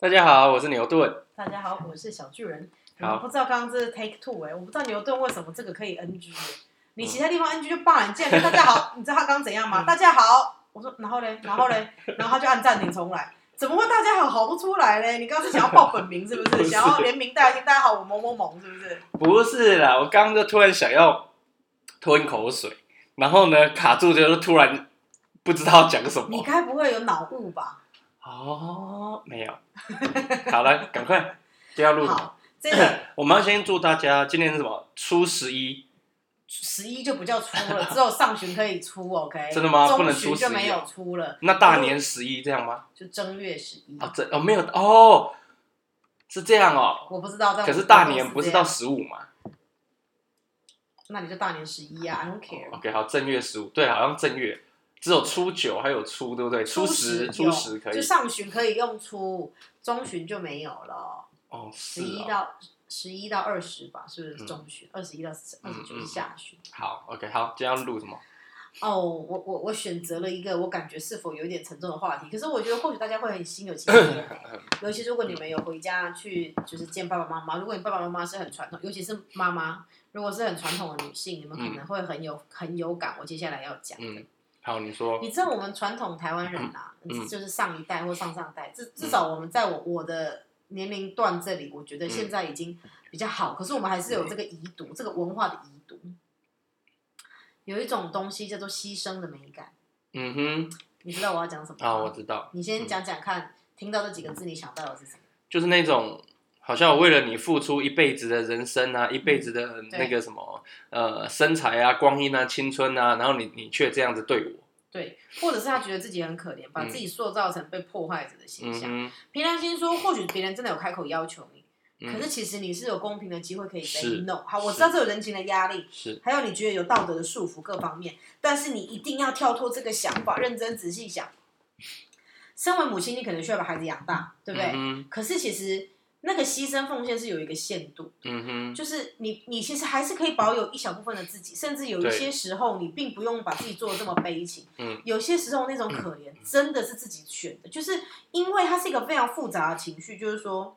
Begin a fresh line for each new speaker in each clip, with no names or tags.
大家好，我是牛顿。
大家好，我是小巨人。
好
嗯不知道刚刚这是 take two 哎、我不知道牛顿为什么这个可以 NG 耶
嗯
你其他地方 NG 就罢了，你竟然跟大家 好，你知道他刚刚怎样
嗯
吗？大家好，我说然后嘞，然后嘞，然后他就按暂停重来，怎么会大家好好不出来嘞？你刚刚是想要报本名是不
不
是？
是
想要连名带姓，大家好，我某某某是不是？
不是啦，我刚刚就突然想要吞口水，然后呢卡住，就是突然不知道讲什
你
么。
该不会有脑雾吧？
哦，没有。 好了，赶快不要录了。
好，这个
我们要先祝大家今天是什么？初十一，
十一就不叫出了，只有上旬可以出，OK？
真的吗不
中
能出啊
旬就
11
没有出了，
那大年十一这样吗？
就正月十一。
啊，这哦没有哦，是这样哦。
我不知道，但
可是
我
大
们
年不
这
是
样
到十五吗
那你就大年十一啊，I don't care。
哦？OK，好，正月十五，对，好像正月只有初九还有初，对不对？初十、初
有
十可以
就。上旬可以用初，中旬就没有了。
哦，
十
是
一
哦。
到十一到二十吧，是不是
嗯
中旬？二十一到二
嗯
十九
嗯
是下旬。
好，OK，好，今天要录什么？
哦，我我我选择了一个我感觉是否有一点沉重的话题，可是我觉得或许大家会很心有戚 戚焉，尤其是如果你们有回家去就是见爸爸妈妈，如果你爸爸妈妈是很传统，尤其是妈妈，如果是很传统的女性，你们可能会很有、很有感。我接下来要讲的。
嗯，好，你说。
你知道我们传统台湾人啊，
嗯
就是上一代或上上代，至至少我们在我我的年龄段这里，我觉
嗯
得现在已经比较好，可是我们还是有这个遗毒，这个文化的遗毒。有一种东西叫做牺牲的美感，
嗯哼，
你知道我要讲什么吗？
啊，我知道，
你先讲讲看，听到这几个字你想到的是什么？
就是那种好像我为了你付出一辈子的人生啊，一辈子的
嗯对
那个什么呃身材啊、光阴啊、青春啊，然后你你却这样子对我，
对，或者是他觉得自己很可怜，把自己塑造成被破坏者的形象。
嗯
平常心说，或许别人真的有开口要求你，
嗯
可是其实你是有公平的机会可以 say
是
no。好，我知道这有人情的压力，
哼，是，
还有你觉得有道德的束缚各方面，但是你一定要跳脱这个想法，认真仔细想。身为母亲，你可能需要把孩子养大，对不对？
嗯
可是其实那个牺牲奉献是有一个限度，
哼，嗯哼，
就是你你其实还是可以保有一小部分的自己，甚至有一
对
些时候你并不用把自己做的这么悲情。
嗯，
有些时候那种可怜真的是自己选的，就是因为它是一个非常复杂的情绪，就是说。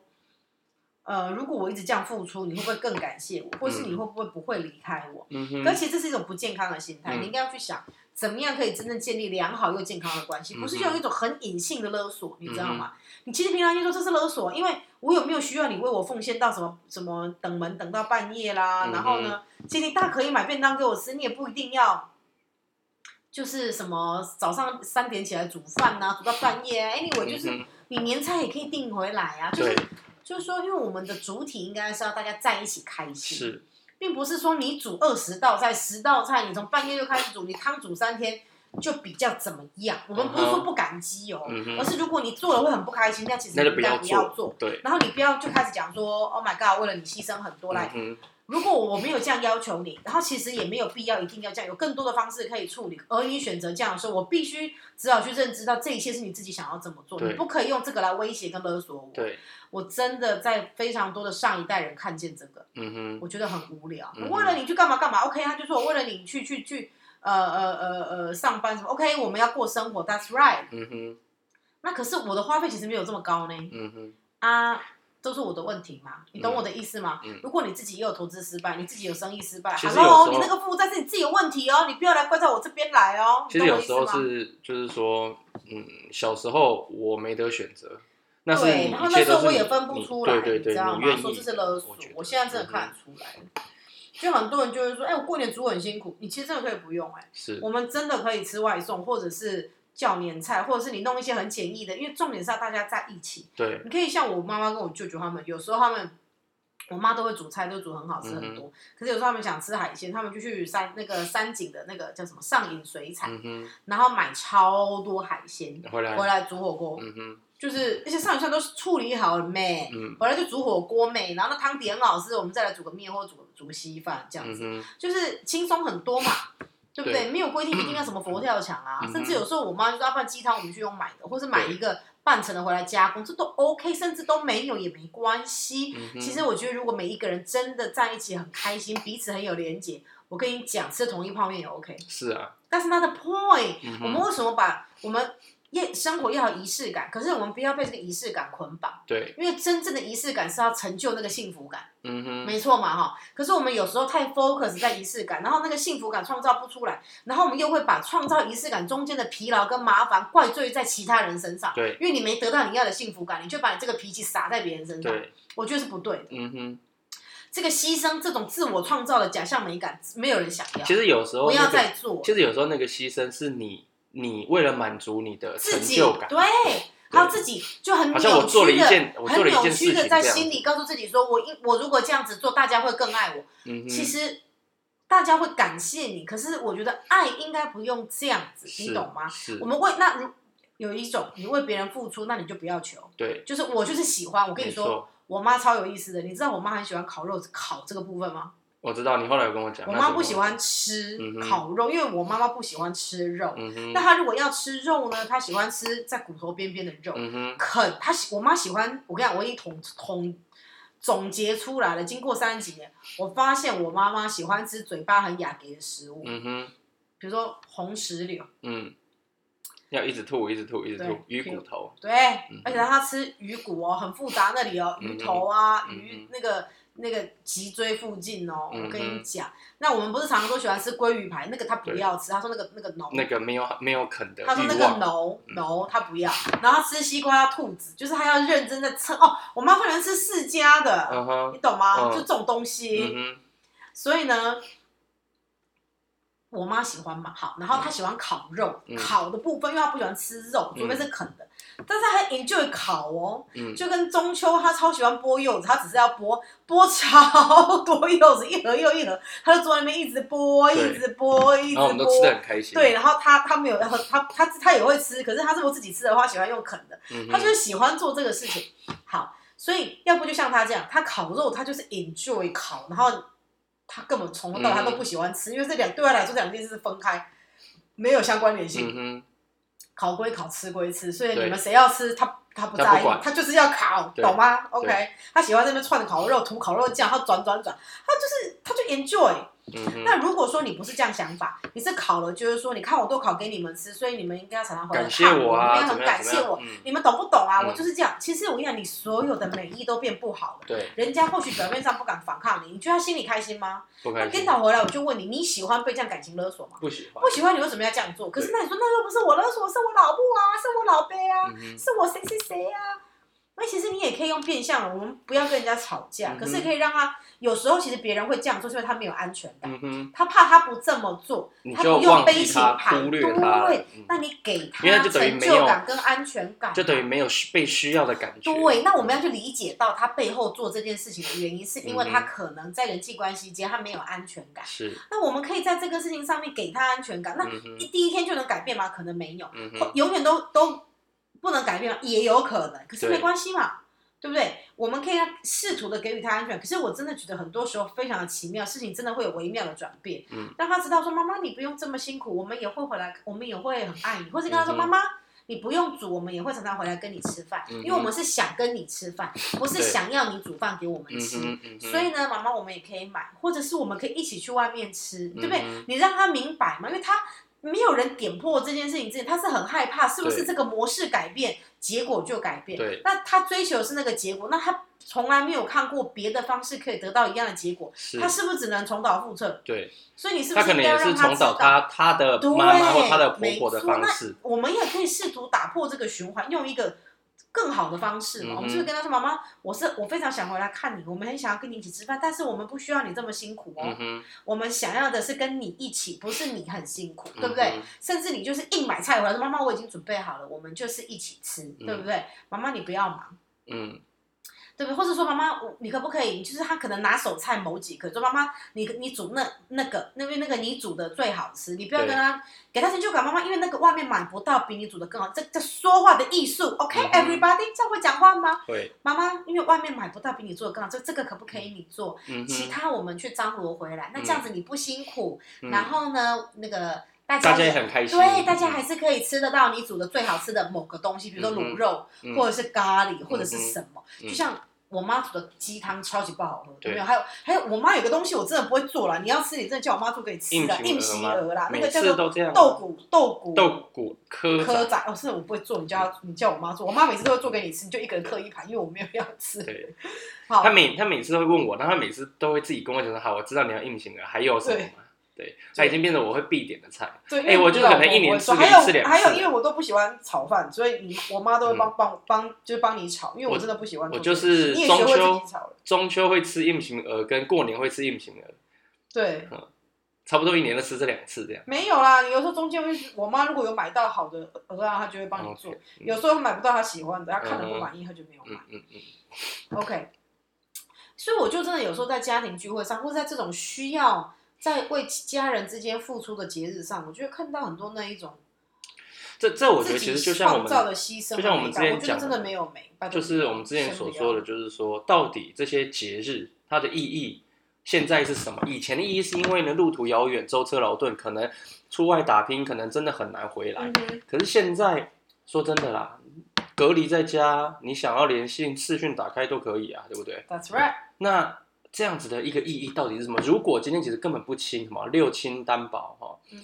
呃，如果我一直这样付出，你会不会更感谢我，或是你会不会不会离开我？
嗯哼，
而且这是一种不健康的心态，
嗯
你应该要去想怎么样可以真正建立良好又健康的关
嗯
系，
哼嗯
不是用一种很隐性的勒索，你知道吗？你其实平常就说这是勒索，因为我有没有需要你为我奉献到什么什么等门等到半夜啦，
嗯哼
然后呢，其实你大可以买便当给我吃，你也不一定要。就是什么早上三点起来煮饭呐、煮到半夜，anyway，就是啊
嗯哼
你年菜也可以订回来啊。就是
对
就是说，因为我们的主体应该是要大家在一起开心，
是，
并不是说你煮二十道菜、十道菜，你从半夜就开始煮，你汤煮三天就比较怎么样？我们不是说不感激哦，
嗯
而
哼，
是如果你做了会很不开心，那其实
那
你
就
应
不
该
要
不要
做
做。
对，
然后你不要就开始讲说，Oh my God，为了你牺牲很多来。
嗯哼，
如果我没有这样要求你，然后其实也没有必要一定要这样，有更多的方式可以处理。而你选择这样的时候，我必须只好去认知到这一切是你自己想要怎么做，
对
你不可以用这个来威胁跟勒索我。
对，
我真的在非常多的上一代人看见这个，
嗯哼，
我觉得很无聊。
嗯哼
我为了你去干嘛干嘛，OK，他就说我为了你去去去，呃呃呃呃上班什么，OK，我们要过生活，That's right。
嗯哼，
那可是我的花费其实没有这么高呢，
嗯哼，
啊，都是我的问题嘛，你懂我的意思吗？
嗯
如果你自己也有投资失败，你自己有生意失败
其实有时
，Hello，
候
你那个负债是你自己的问题哦，你不要来怪在我这边来哦，
其
你
实
懂我
有
意
时
思
候
吗？
是，就是说，嗯，小时候我没得选择，那是你
对，然后
一
那
切
时
都
候
是
我
你
也分不
你
出来，
对对
你知
对，
道吗？
愿
说
意
这是勒索
觉，得
我现在真的
嗯
看得出来。就很多人就会说，哎、我过年煮很辛苦，你其实真的可以不用哎、
是
我们真的可以吃外送，或者是叫年菜，或者是你弄一些很简易的，因为重点是要大家在一起。
对，
你可以像我妈妈跟我舅舅他们，有时候他们，我妈都会煮菜，都煮很好吃很
嗯
多。可是有时候他们想吃海鲜，他们就去山那个山景的那个叫什么上影水产，
嗯哼，
然后买超多海鲜
回来，
回来煮火锅，
嗯哼，
就是而且上影串都是处理好了没？
嗯
回来就煮火锅没，然后那汤底很好吃，我们再来煮个面或者煮个煮个稀饭这样子
嗯。哼，
就是轻松很多嘛，对不对？
对
没有规定一定要什么佛跳墙啊，
嗯哼
甚至有时候我妈就说，要啊不然鸡汤我们去用买的，或是买一个半成的回来加工，这都 OK，甚至都没有也没关系。
嗯哼，
其实我觉得，如果每一个人真的在一起很开心，彼此很有连结，我跟你讲，吃同一泡面也 OK。
是啊，
但是它的 point，、
嗯
我们
哼，
为什么把我们要生活要有仪式感，可是我们不要被这个仪式感捆绑，
对，
因为真正的仪式感是要成就那个幸福感，
嗯哼，
没错嘛哈。可是我们有时候太 focus 在仪式感，然后那个幸福感创造不出来，然后我们又会把创造仪式感中间的疲劳跟麻烦怪罪在其他人身上，
对
因为你没得到你要的幸福感，你就把你这个脾气撒在别人身上，
对，
我觉得是不对的。
嗯哼。
这个牺牲这种自我创造的假象美感，没有人想要，
其实有时候、
不
那个、
要再做。
其实有时候那个牺牲是你，你为了满足你的
自
成
己
就感，
对，他自己就很
好
扭曲
像
的，
我做了一件我做
很
了一
扭
件
曲
事
的
情
在
这样
心里告诉自己说，我一我如果这样子做，大家会更爱我。
嗯哼，
其实大家会感谢你，可是我觉得爱应该不用这样子，
是
你懂吗？
是
我，们为那如有一种你为别人付出，那你就不要求，
对，
就是我就是喜欢。我
我
跟你说，，我妈超有意思的，你知道我妈很喜欢烤肉烤这个部分吗？
我知道你后来有跟我讲，
我
那时
妈
候
不喜
跟我
欢吃
嗯哼
烤肉，因为我妈妈不喜欢吃肉。
讲，嗯
那
哼，
她如果要吃肉呢，她喜欢吃在骨头边边的肉，
嗯哼，
啃。她喜我妈喜欢，我跟你讲，我已经统统总结出来了。经过三十几年，我发现我妈妈喜欢吃嘴巴很雅给的食物，
嗯哼，
比如说红石榴，
嗯，要一直吐，一直吐，一直吐
对，
鱼骨头，
对，
嗯哼
而且她吃鱼骨哦，很复杂那里哦，
嗯哼
鱼头啊，
嗯
鱼
哼
那个。那个脊椎附近哦，我跟
嗯
你
哼
讲，那我们不是常常都喜欢吃鲑鱼排，那个她不
对
要吃，她说那个那个浓，
那个没有没有啃的
他说那
欲
个
望，嗯
no no 他不要，然后他吃西瓜要兔子，就是他要认真的称哦。我妈会人是世家的，
嗯哼，
你懂吗？
嗯
就这种东西，
嗯
所以呢，我妈喜欢嘛，好，然后她喜欢烤肉，
嗯
烤的部分，因为她不喜欢吃肉，
嗯
除非是啃的，但是她很 enjoy 烤哦，
哼，嗯，
就跟中秋她超喜欢剥柚子，她只是要剥剥超多柚子，一盒又一盒，她就坐在那边一直剥，
对
一直剥，一直
然后我们都吃
剥
的。很开心，
对，，然后他他没有他他他他也会吃，可是他如果自己吃的话，喜欢用啃的，
嗯
他就
哼，
是喜欢做这个事情。好，所以要不就像他这样，他烤肉他就是 enjoy 烤，然后他根本从头到尾他都不喜欢吃，因为这两对他来说这两件事分开，没有相关联性。
嗯
烤归烤，吃归吃，所以
对
你们谁要吃他。他不
他不
在意，
管
他就是要烤，
对
懂吗？OK，
对
他喜欢在那边串烤肉、涂烤肉酱，他转转转，他就是他就 enjoy，
哼，嗯哼，
那如果说你不是这样想法，你是考了，就是说，你看我都考给你们吃，所以你们应该要常常回来
感谢
看
我
你们
啊，
要
怎
很
么样
感
怎么
谢
样
我，，
嗯，
你们懂不懂啊？
嗯
我就是这样。其实我跟你讲，你所有的美意都变不好了。
对，
人家或许表面上不敢反抗你，你觉得他心里开心吗？
不
那
开
颠
心，
倒回来，我就问你，你喜欢被这样感情勒索吗？
不喜欢
不，喜欢你为什么要这样做？可是
对
那你说那又不是我勒索，是我老婆啊，是我老贝啊，
嗯哼，
是我谁谁谁啊。那其实你也可以用变相了，我们不要跟人家吵架，
嗯哼
可是可以让他有时候其实别人会这样做，是因为他没有安全感。
嗯哼。
他怕他不这么做，
你
他
就
不用
忘
背
记
型
他，
牌，
忽略他，
对，
嗯
那你给他
因为他就等于
成
没有
就感跟安全感，
就等于没有需被需要的感觉。
对。那我们要去理解到他背后做这件事情的原因，是因为
嗯哼
他可能在人际关系间他没有安全感。
是，
那我们可以在这个事情上面给他安全感，那
嗯哼，
一第一天就能改变吗？可能没有，
嗯
或
哼，
永远都都不能改变吗？也有可能，可是
对
没关系嘛。对不对？我们可以试图的给予他安全感，可是我真的觉得很多时候非常的奇妙，事情真的会有微妙的转变。
嗯
让他知道说，妈妈你不用这么辛苦，我们也会回来，我们也会很爱你，或是跟他说，
嗯哼
妈妈。你不用煮，我们也会常常回来跟你吃饭，
嗯哼
因为我们是想跟你吃饭，不是
对
想要你煮饭给我们
嗯
吃。
哼，嗯哼
所以呢，妈妈我们也可以买，或者是我们可以一起去外面吃，对不对
嗯哼？
你让他明白嘛，因为他没有人点破这件事情之前，他是很害怕，是不是
对
这个模式改变，结果就改变？
对
那他追求的是那个结果，那他从来没有看过别的方式可以得到一样的结果，
是
他，是不是只能重蹈覆辙？
对，
所以你是不
他
是
可
应
能
该
也
让
是
他
从
知
小
道？
他他的
对，
妈妈或他的婆婆的
没错
方式，
那我们也可以试图打破这个循环，用一个更好的方式嘛。
嗯哼
我们是不是跟他说：“妈妈，我是我非常想回来看你，我们很想要跟你一起吃饭，但是我们不需要你这么辛苦哦。
嗯哼，
我们想要的是跟你一起，不是你很辛苦，
嗯
对不对？
哼
甚至你就是硬买菜回来说：‘妈妈，我已经准备好了，我们就是一起吃，
嗯
对不对？’妈妈，你不要忙。”
嗯，
对不对？或者说妈妈，我你可不可以？就是他可能拿手菜某几个，说妈妈，你你煮那那个，那边那个你煮的最好吃，你不要
对
跟他给他成就感。妈妈，因为那个外面买不到比你煮的更好，这这说话的艺术
嗯哼
，OK，everybody，、这样会讲话吗？
会，
妈妈，因为外面买不到比你做的更好，这这个可不可以你做？
嗯
其
哼，
他我们去张罗回来，那这样子你不辛苦，
嗯
然后呢，那个大家
大家也很开心，嗯
对，大家还是可以吃得到你煮的最好吃的某个东西，比如说卤肉，
嗯
或者是咖喱，或者
嗯
是
哼
什么。
嗯
就像我妈煮的鸡汤超级不好喝，
对
有没有？还有还有，我妈有个东西我真的不会做啦，你要吃你真的叫我妈做给你吃的，
硬
硬
皮
皮
鹅
鹅啦，那
每
个叫
次
做
都这样。
豆骨豆骨
豆嗯骨科
蚵
长，
仔哦，是我不会做，你叫她你叫我妈做，我妈每次都会做给你吃，你就一个人嗑一盘，因为我没有要吃。
对
好
他，每他每次都会问我，然后他每次都会自己跟我讲说：“好，我知道你要硬型了，还有什么吗？”对，他已经变成我会必点的菜。
对，因
哎
为
我就可能
老公
一年
会说
吃个
还有
一次两次嗯
还有，因为我都不喜欢炒饭，所以你我妈都会帮帮帮，就是帮你炒，因为
我
我真的不喜欢
我
做
就
这个。
是
你也
中
学会自
秋
己炒了，
中秋会吃硬型鹅，跟过年会吃硬型鹅，
对，
嗯差不多一年都吃这两次这样。
没有啦，有时候中间会，我妈如果有买到好的鹅啊，她就会帮你做
OK，；嗯
有时候她买不到她喜欢的，她看了不满意，她就没有
嗯
买。
嗯嗯，
OK，所以我就真的有时候在家庭聚会上，或者在这种需要在为家人之间付出的节日上，我就会看到很多那一种
这这我觉
自
得其实
己
就像我
创造
们
的牺牲
就
和美感，
像我们之前
我觉
讲的
得真的没有美，拜托
就是我们之前所说的，
先
就是说到底这些节日它的意义现在是什么？以前的意义是因为呢路途遥远、舟车劳顿，可能出外打拼，可能真的很难回
不
来
要。嗯哼，
可是现在说真的啦，隔离在家，你想要联系、视讯打开都可以啊，对不对？
That's right，
那这样子的一个意义到底是什么？如果今天其实根本不亲什么六亲担保哈、哦
嗯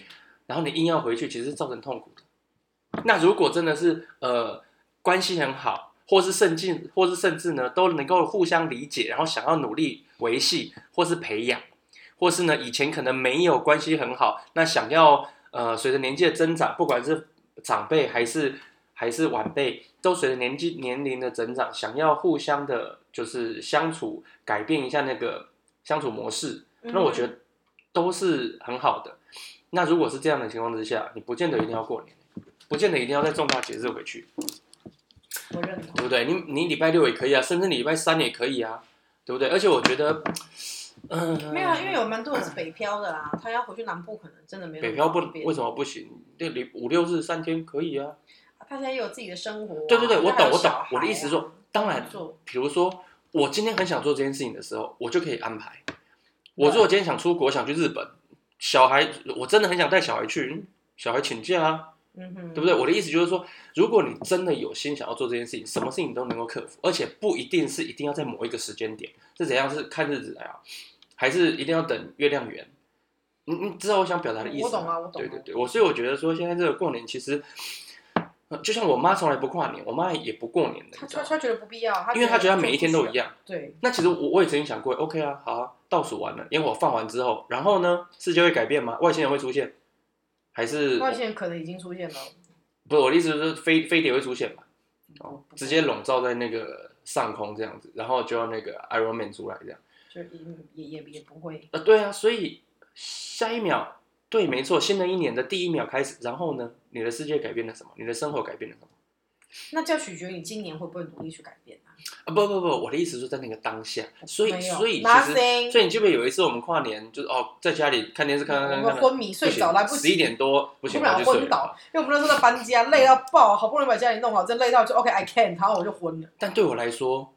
然后你硬要回去，其实是造成痛苦的。那如果真的是呃关系很好，或是甚至或是甚至呢都能够互相理解，然后想要努力维系或是培养，或是呢以前可能没有关系很好，那想要呃随着年纪的增长，不管是长辈还是还是晚辈，都随着年纪年龄的增长，想要互相的就是相处，改变一下那个相处模式，那我觉
得
得都是很好的。那如果是这样的情况之下，你不见得一定要过年，不见得一定要在重大节日回去，
我认同
对。不对？你你礼拜六也可以啊，甚至礼拜三也可以啊，对不对？而且我觉得，嗯、
没有啊，因为有蛮多人是北漂的啦，他要回去南部，可能真的没有那
北漂不
方便
为什么不行？六礼五六日三天可以啊。
他现在也有自己的生活啊、
对对对，我
他还
懂
有
我懂
小孩。
我的意思是说
啊，，
当然
工，作
比如说我今天很想做这件事情的时候，我就可以安排。我
对
如果今天想出国，想去日本，小孩我真的很想带小孩去，嗯小孩请假啊，
嗯哼，
对不对？我的意思就是说，如果你真的有心想要做这件事情，什么事情都能够克服，而且不一定是一定要在某一个时间点，是怎样？是看日子来啊，还是一定要等月亮圆？你你知道我想表达的意思吗？
我懂啊我懂啊
对对对，我所以我觉得说现在这个过年其实，呃就像我妈从来不跨年，我妈也不过年的，
他
你知道吗
他他觉得不必要，他
因为她觉得她
就
每一天
出
都
去
一样。
了。对，
那其实我我也曾经想过，OK 啊，好啊，倒数完了，烟火放完之后，然后呢，世界会改变吗？外星人会出现，还是
外星人可能已经出现了。
不是我的意思是飞飞碟会出现吧？
我哦不
直接笼罩在那个上空这样子，然后就要那个 Iron Man 出来这样。
就也也也也不会。
呃，对啊，所以下一秒，对，没错，新的一年的第一秒开始，然后呢，你的世界改变了什么？你的生活改变了什么？
那就要取决于你今年会不会努力去改变啊。
啊，不不不，我的意思是在那个当下，所以
没有
所以其实，
nothing，
所以你记不记得有一次我们跨年，就是哦，在家里看电视看看看
我
看
们
看，
昏迷睡着来不
十一
及。
点多不行，
不然
我就睡
昏
了嗯
倒。因为我们那时候在搬家，累到爆，好不容易把家里弄好，真累到就 OK I can，然后我就昏了。
但对我来说，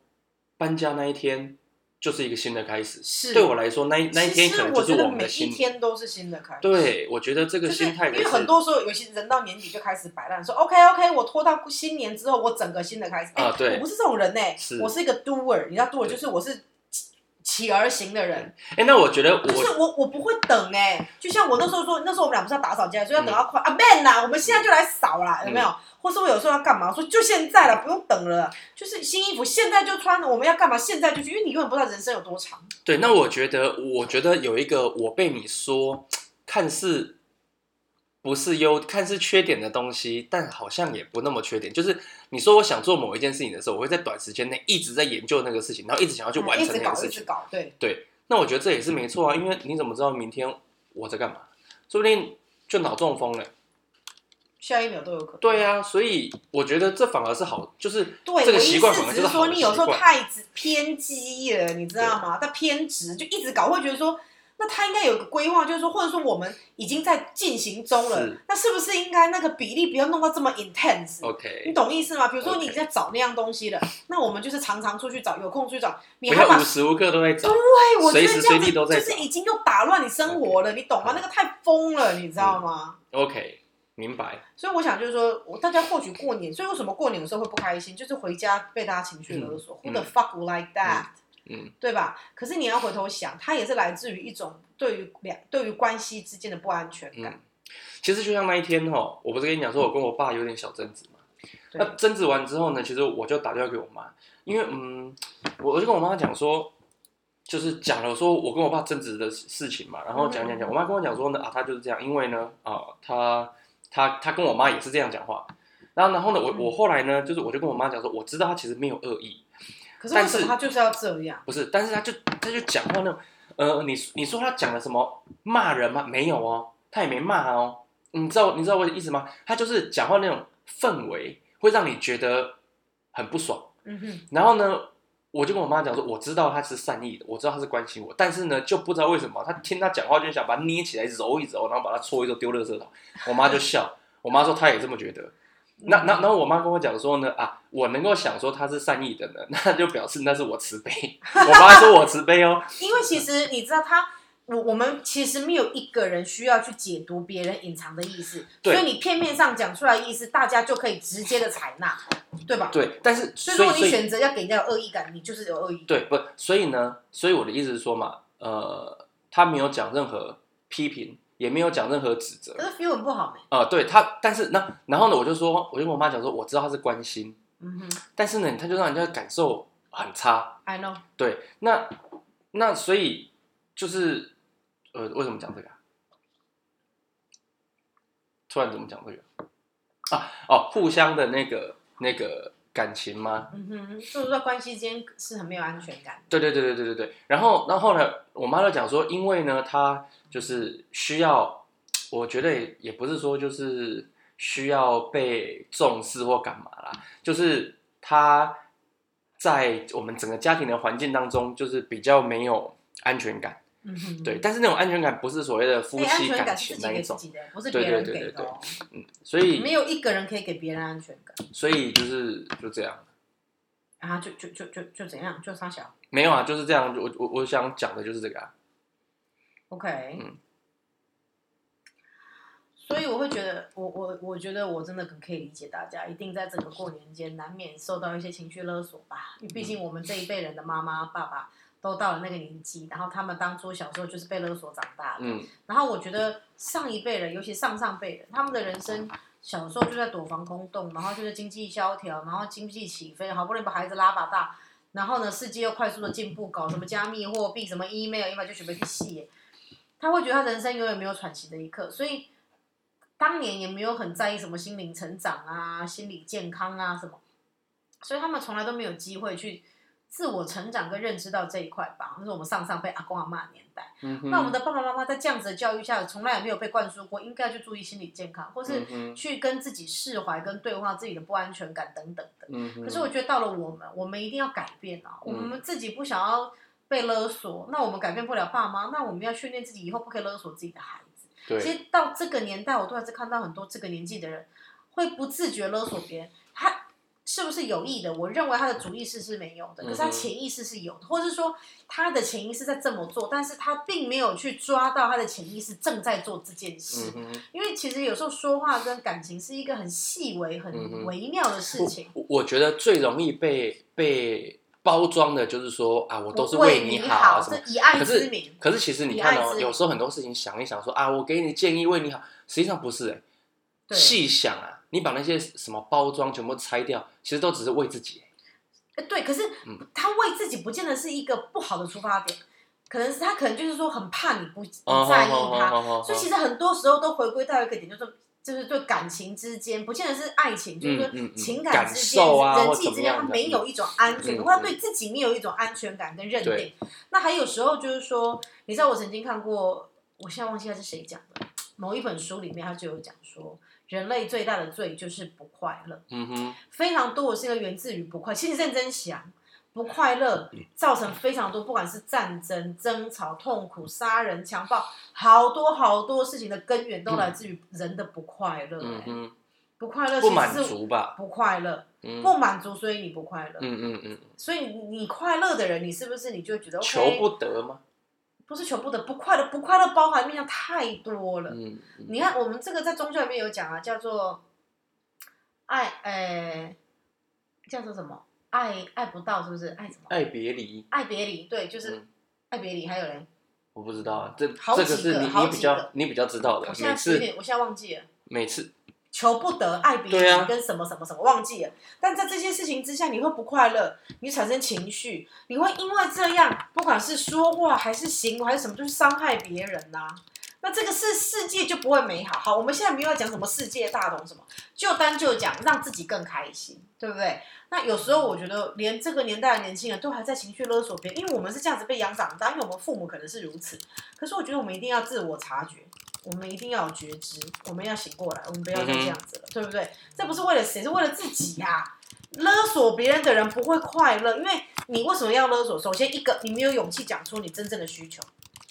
搬家那一天就是一个新的开始。
是，
对我来说，那一那一天
其
可
实
能
我
就是
觉得
们
每
的
一
新
天都是新的开始。。
对，我觉得这个
就是
心态
因
的
为
是
很多时候，尤其是人到年底就开始摆烂，说 OK OK，我拖到新年之后，我整个新的开始。哎
啊对
我不是这种人呢、
是
我是一个 doer，你知道 doer
对
就是我是起起而行的人，
哎，那我觉得
就
我
是我我不会等哎、就像我那时候说，那时候我们俩不是要打扫家里，所以要
嗯
等到快、啊 man 啦，我们现在就来扫啦，有没有？或是我有时候要干嘛，我说就现在了，不用等了，就是新衣服现在就穿，我们要干嘛现在就去，因为你永远不知道人生有多长。
对，那我觉得我觉得有一个我被你说看似不是优，看似缺点的东西，但好像也不那么缺点。就是你说我想做某一件事情的时候，我会在短时间内一直在研究那个事情，然后一直想要去完
嗯一
成
直
那
搞
个，
一
事
直
情。
搞，对，
那我觉得这也是没错啊，因为你怎么知道明天我在干嘛？说不定就脑中风了。
下一秒都有可能。
对呀、所以我觉得这反而是好，就是
对，
这个
我意
习惯
思
反而
只
就是好
说
的
你有
习
时候
惯
太执偏激了，你知道吗？他偏执就一直搞，会觉得说，那他应该有个规划，就是说，或者说我们已经在进行中了，
是
那是不是应该那个比例不要弄到这么 intense？、你
OK，
懂意思吗？比如说你已
OK
经在找那样东西了那我们就是常常出去找，有空出去找。你
不
还把
要无时无刻都在找。
对，我觉
随
得
时
这样
随地都
子
在
就是已经又打乱你生活了，你懂吗？
嗯
那个太疯了，你知道吗？
OK，明白，
所以我想就是说，我大家或许过年，所以为什么过年有时候会不开心，就是回家被大家情绪勒索、
嗯
w h o the fuck would like that？、
嗯
对吧？可是你要回头想，它也是来自于一种对于两对于关系之间的不安全感。
嗯。其实就像那一天哦，我不是跟你讲说我跟我爸有点小争执嘛。
对
那争执完之后呢，其实我就打电话给我妈，因为嗯，我我就跟我妈讲说，就是讲了说我跟我爸争执的事情嘛，然后讲讲讲，
嗯
我妈跟我讲说呢啊，他就是这样，因为呢啊，他他他跟我妈也是这样讲话。然后，然后呢，
嗯
我我后来呢，就是我就跟我妈讲说，我知道他其实没有恶意，
可是为什
但
么
是
他就是要这样？
不是，但是他就他就讲话那种，呃，你你说他讲了什么骂人吗？没有哦，他也没骂哦，你知道你知道我的意思吗？他就是讲话那种氛围会让你觉得很不爽。
嗯哼，
然后呢，我就跟我妈讲说，我知道他是善意的，我知道他是关心我，但是呢，就不知道为什么他听他讲话就想把他捏起来揉一揉，然后把他搓一搓丢垃圾桶。我妈就笑，我妈说她也这么觉得。
嗯
那那然后我妈跟我讲说呢啊，我能够想说她是善意的呢， 那就表示那是我慈悲。 我妈说我慈悲哦，
因为其实你知道他，我我们其实没有一个人需要去解读别人隐藏的意思，所
对
以你片面上讲出来的意思，大家就可以直接的采纳，对吧？。
对，但是
所
所
以
以
如果
所
你
以
选择要给人家有恶意感，你就是有恶意。
对不，所以呢，所以我的意思是说嘛，呃，他没有讲任何批评，也没有讲任何指责
可，是 feel 很不好没？
啊、对他，但是那然后呢，我就说，我就跟我妈讲说，我知道他是关心，
嗯哼
但是呢，他就让人家感受很差。
，I know。
对，那那所以就是呃，为什么讲这个啊、突然怎么讲这个啊？哦，互相的那个那个感情吗？
嗯哼，就是说关系之间是很没有安全感。
对对对对对对对。然后，然后呢，我妈就讲说，因为呢，她就是需要，我觉得也也不是说就是需要被重视或干嘛啦，就是她在我们整个家庭的环境当中，就是比较没有安全感。
嗯哼，
对，但是那种安全感不是所谓的夫
哎，安
妻
全
感
感是
情
自己
那
给
一
自
种，
己的，不是
对
别
对
人
对
给
对嗯
的哦。
所
没
以
有一个人可以给别人安全感
所以就是就这样。
啊！就就就就就怎样？就差小
没有啊，就是这样。我我我想讲的就是这个啊。
，OK。
嗯
所以我会觉得，我我我觉得我真的很可以理解大家，一定在整个过年间难免受到一些情绪勒索吧。因为毕
嗯
竟我们这一辈人的妈妈、爸爸都到了那个年纪，然后他们当初小时候就是被勒索长大的。
嗯
然后我觉得上一辈人，尤其上上辈人，他们的人生小时候就在躲防空洞，然后就是经济萧条，然后经济起飞，好不容易把孩子拉拔大，然后呢，世界又快速的进步，搞什么加密货币、什么 email，要么就准备去戏，他会觉得他人生永远没有喘息的一刻，所以当年也没有很在意什么心灵成长啊、心理健康啊什么，所以他们从来都没有机会去自我成长跟认知到这一块吧，那是我们上上辈阿公阿妈年代。
嗯哼，
那我们的爸爸妈妈在这样子的教育下，从来也没有被灌输过应该去注意心理健康，或是
嗯哼
去跟自己释怀、跟对话自己的不安全感等等的。
嗯哼，
可是我觉得到了我们，我们一定要改变啊！我们自己不想要被勒索，那我们改变不了爸妈，那我们要训练自己以后不可以勒索自己的孩子。其
对，
实到这个年代，我都还是看到很多这个年纪的人会不自觉勒索别人，他是不是有意的？我认为他的主意识是没有的，可是他
嗯哼
潜意识是有的，或是说他的潜意识在这么做，但是他并没有去抓到他的潜意识正在做这件事。
嗯哼。
因为其实有时候说话跟感情是一个很细微、
嗯
很
哼
微妙的事情。
我我觉得最容易被被包装的就是说啊，我都是为
你
你好啊什
这
么。
以爱
可
之
是
名，
可是其实你看
以爱之
哦，
名
有时候很多事情想一想说啊，我给你建议为你好，实际上不是哎、
对
细想啊，你把那些什么包装全部拆掉，其实都只是为自己。欸
呃对，可是
嗯
他为自己不见得是一个不好的出发点，可能是他可能就是说很怕你不不在意他，
哦
所以其实很多时候都回归到一个点，就是就是对感情之间，不见得是爱情，就是
嗯嗯
说
嗯
情感之间、
感受啊
人
或
际之
怎么
间，
样的
他没有一种安全感，
嗯
或者对自己没有一种安全感跟认定
对。
那还有时候就是说，你知道我曾经看过，我现在忘记他是谁讲的，某一本书里面他就有讲说，人类最大的罪就是不快乐。
嗯哼，
非常多的是因为源自于不快。其实认真想，不快乐造成非常多，不管是战争、争吵、痛苦、杀人、强暴，好多好多事情的根源都来自于人的不快乐、
嗯
欸
哼，
不快乐其
不满
实是
足吧，
不快乐，
嗯
不满足，所以你不快乐。
嗯嗯嗯，
所以你快乐的人，你是不是你就觉得
求
OK？
不得吗？
不是全部的不快乐，不快乐包含面向太多了。
嗯，
你看，我们这个在宗教里面有讲啊，叫做爱，呃、叫做什么？爱爱不到，是不是？爱什么？
爱别离，
爱别离，对，就是、
嗯
爱别离。还有人，
我不知道啊，这
好
这
几
个是
个
你
好
你比
几
较
个
你比较知道的
我，现
每
在有
次
点，我现在忘记了。
每次
求不得，爱别
对啊
离，跟什么什么什么忘记了。但在这些事情之下，你会不快乐，你产生情绪，你会因为这样，不管是说话还是行为还是什么，就是伤害别人呐、那这个是世界就不会美好。好，我们现在没有要讲什么世界大同什么，就单就讲让自己更开心，对不对？那有时候我觉得，连这个年代的年轻人都还在情绪勒索别人，因为我们是这样子被养长大，因为我们父母可能是如此。可是我觉得我们一定要自我察觉，我们一定要有觉知，我们要醒过来，我们不要再这样子了，对不对？这不是为了谁，是为了自己呀、勒索别人的人不会快乐，因为你为什么要勒索？首先，一个你没有勇气讲出你真正的需求，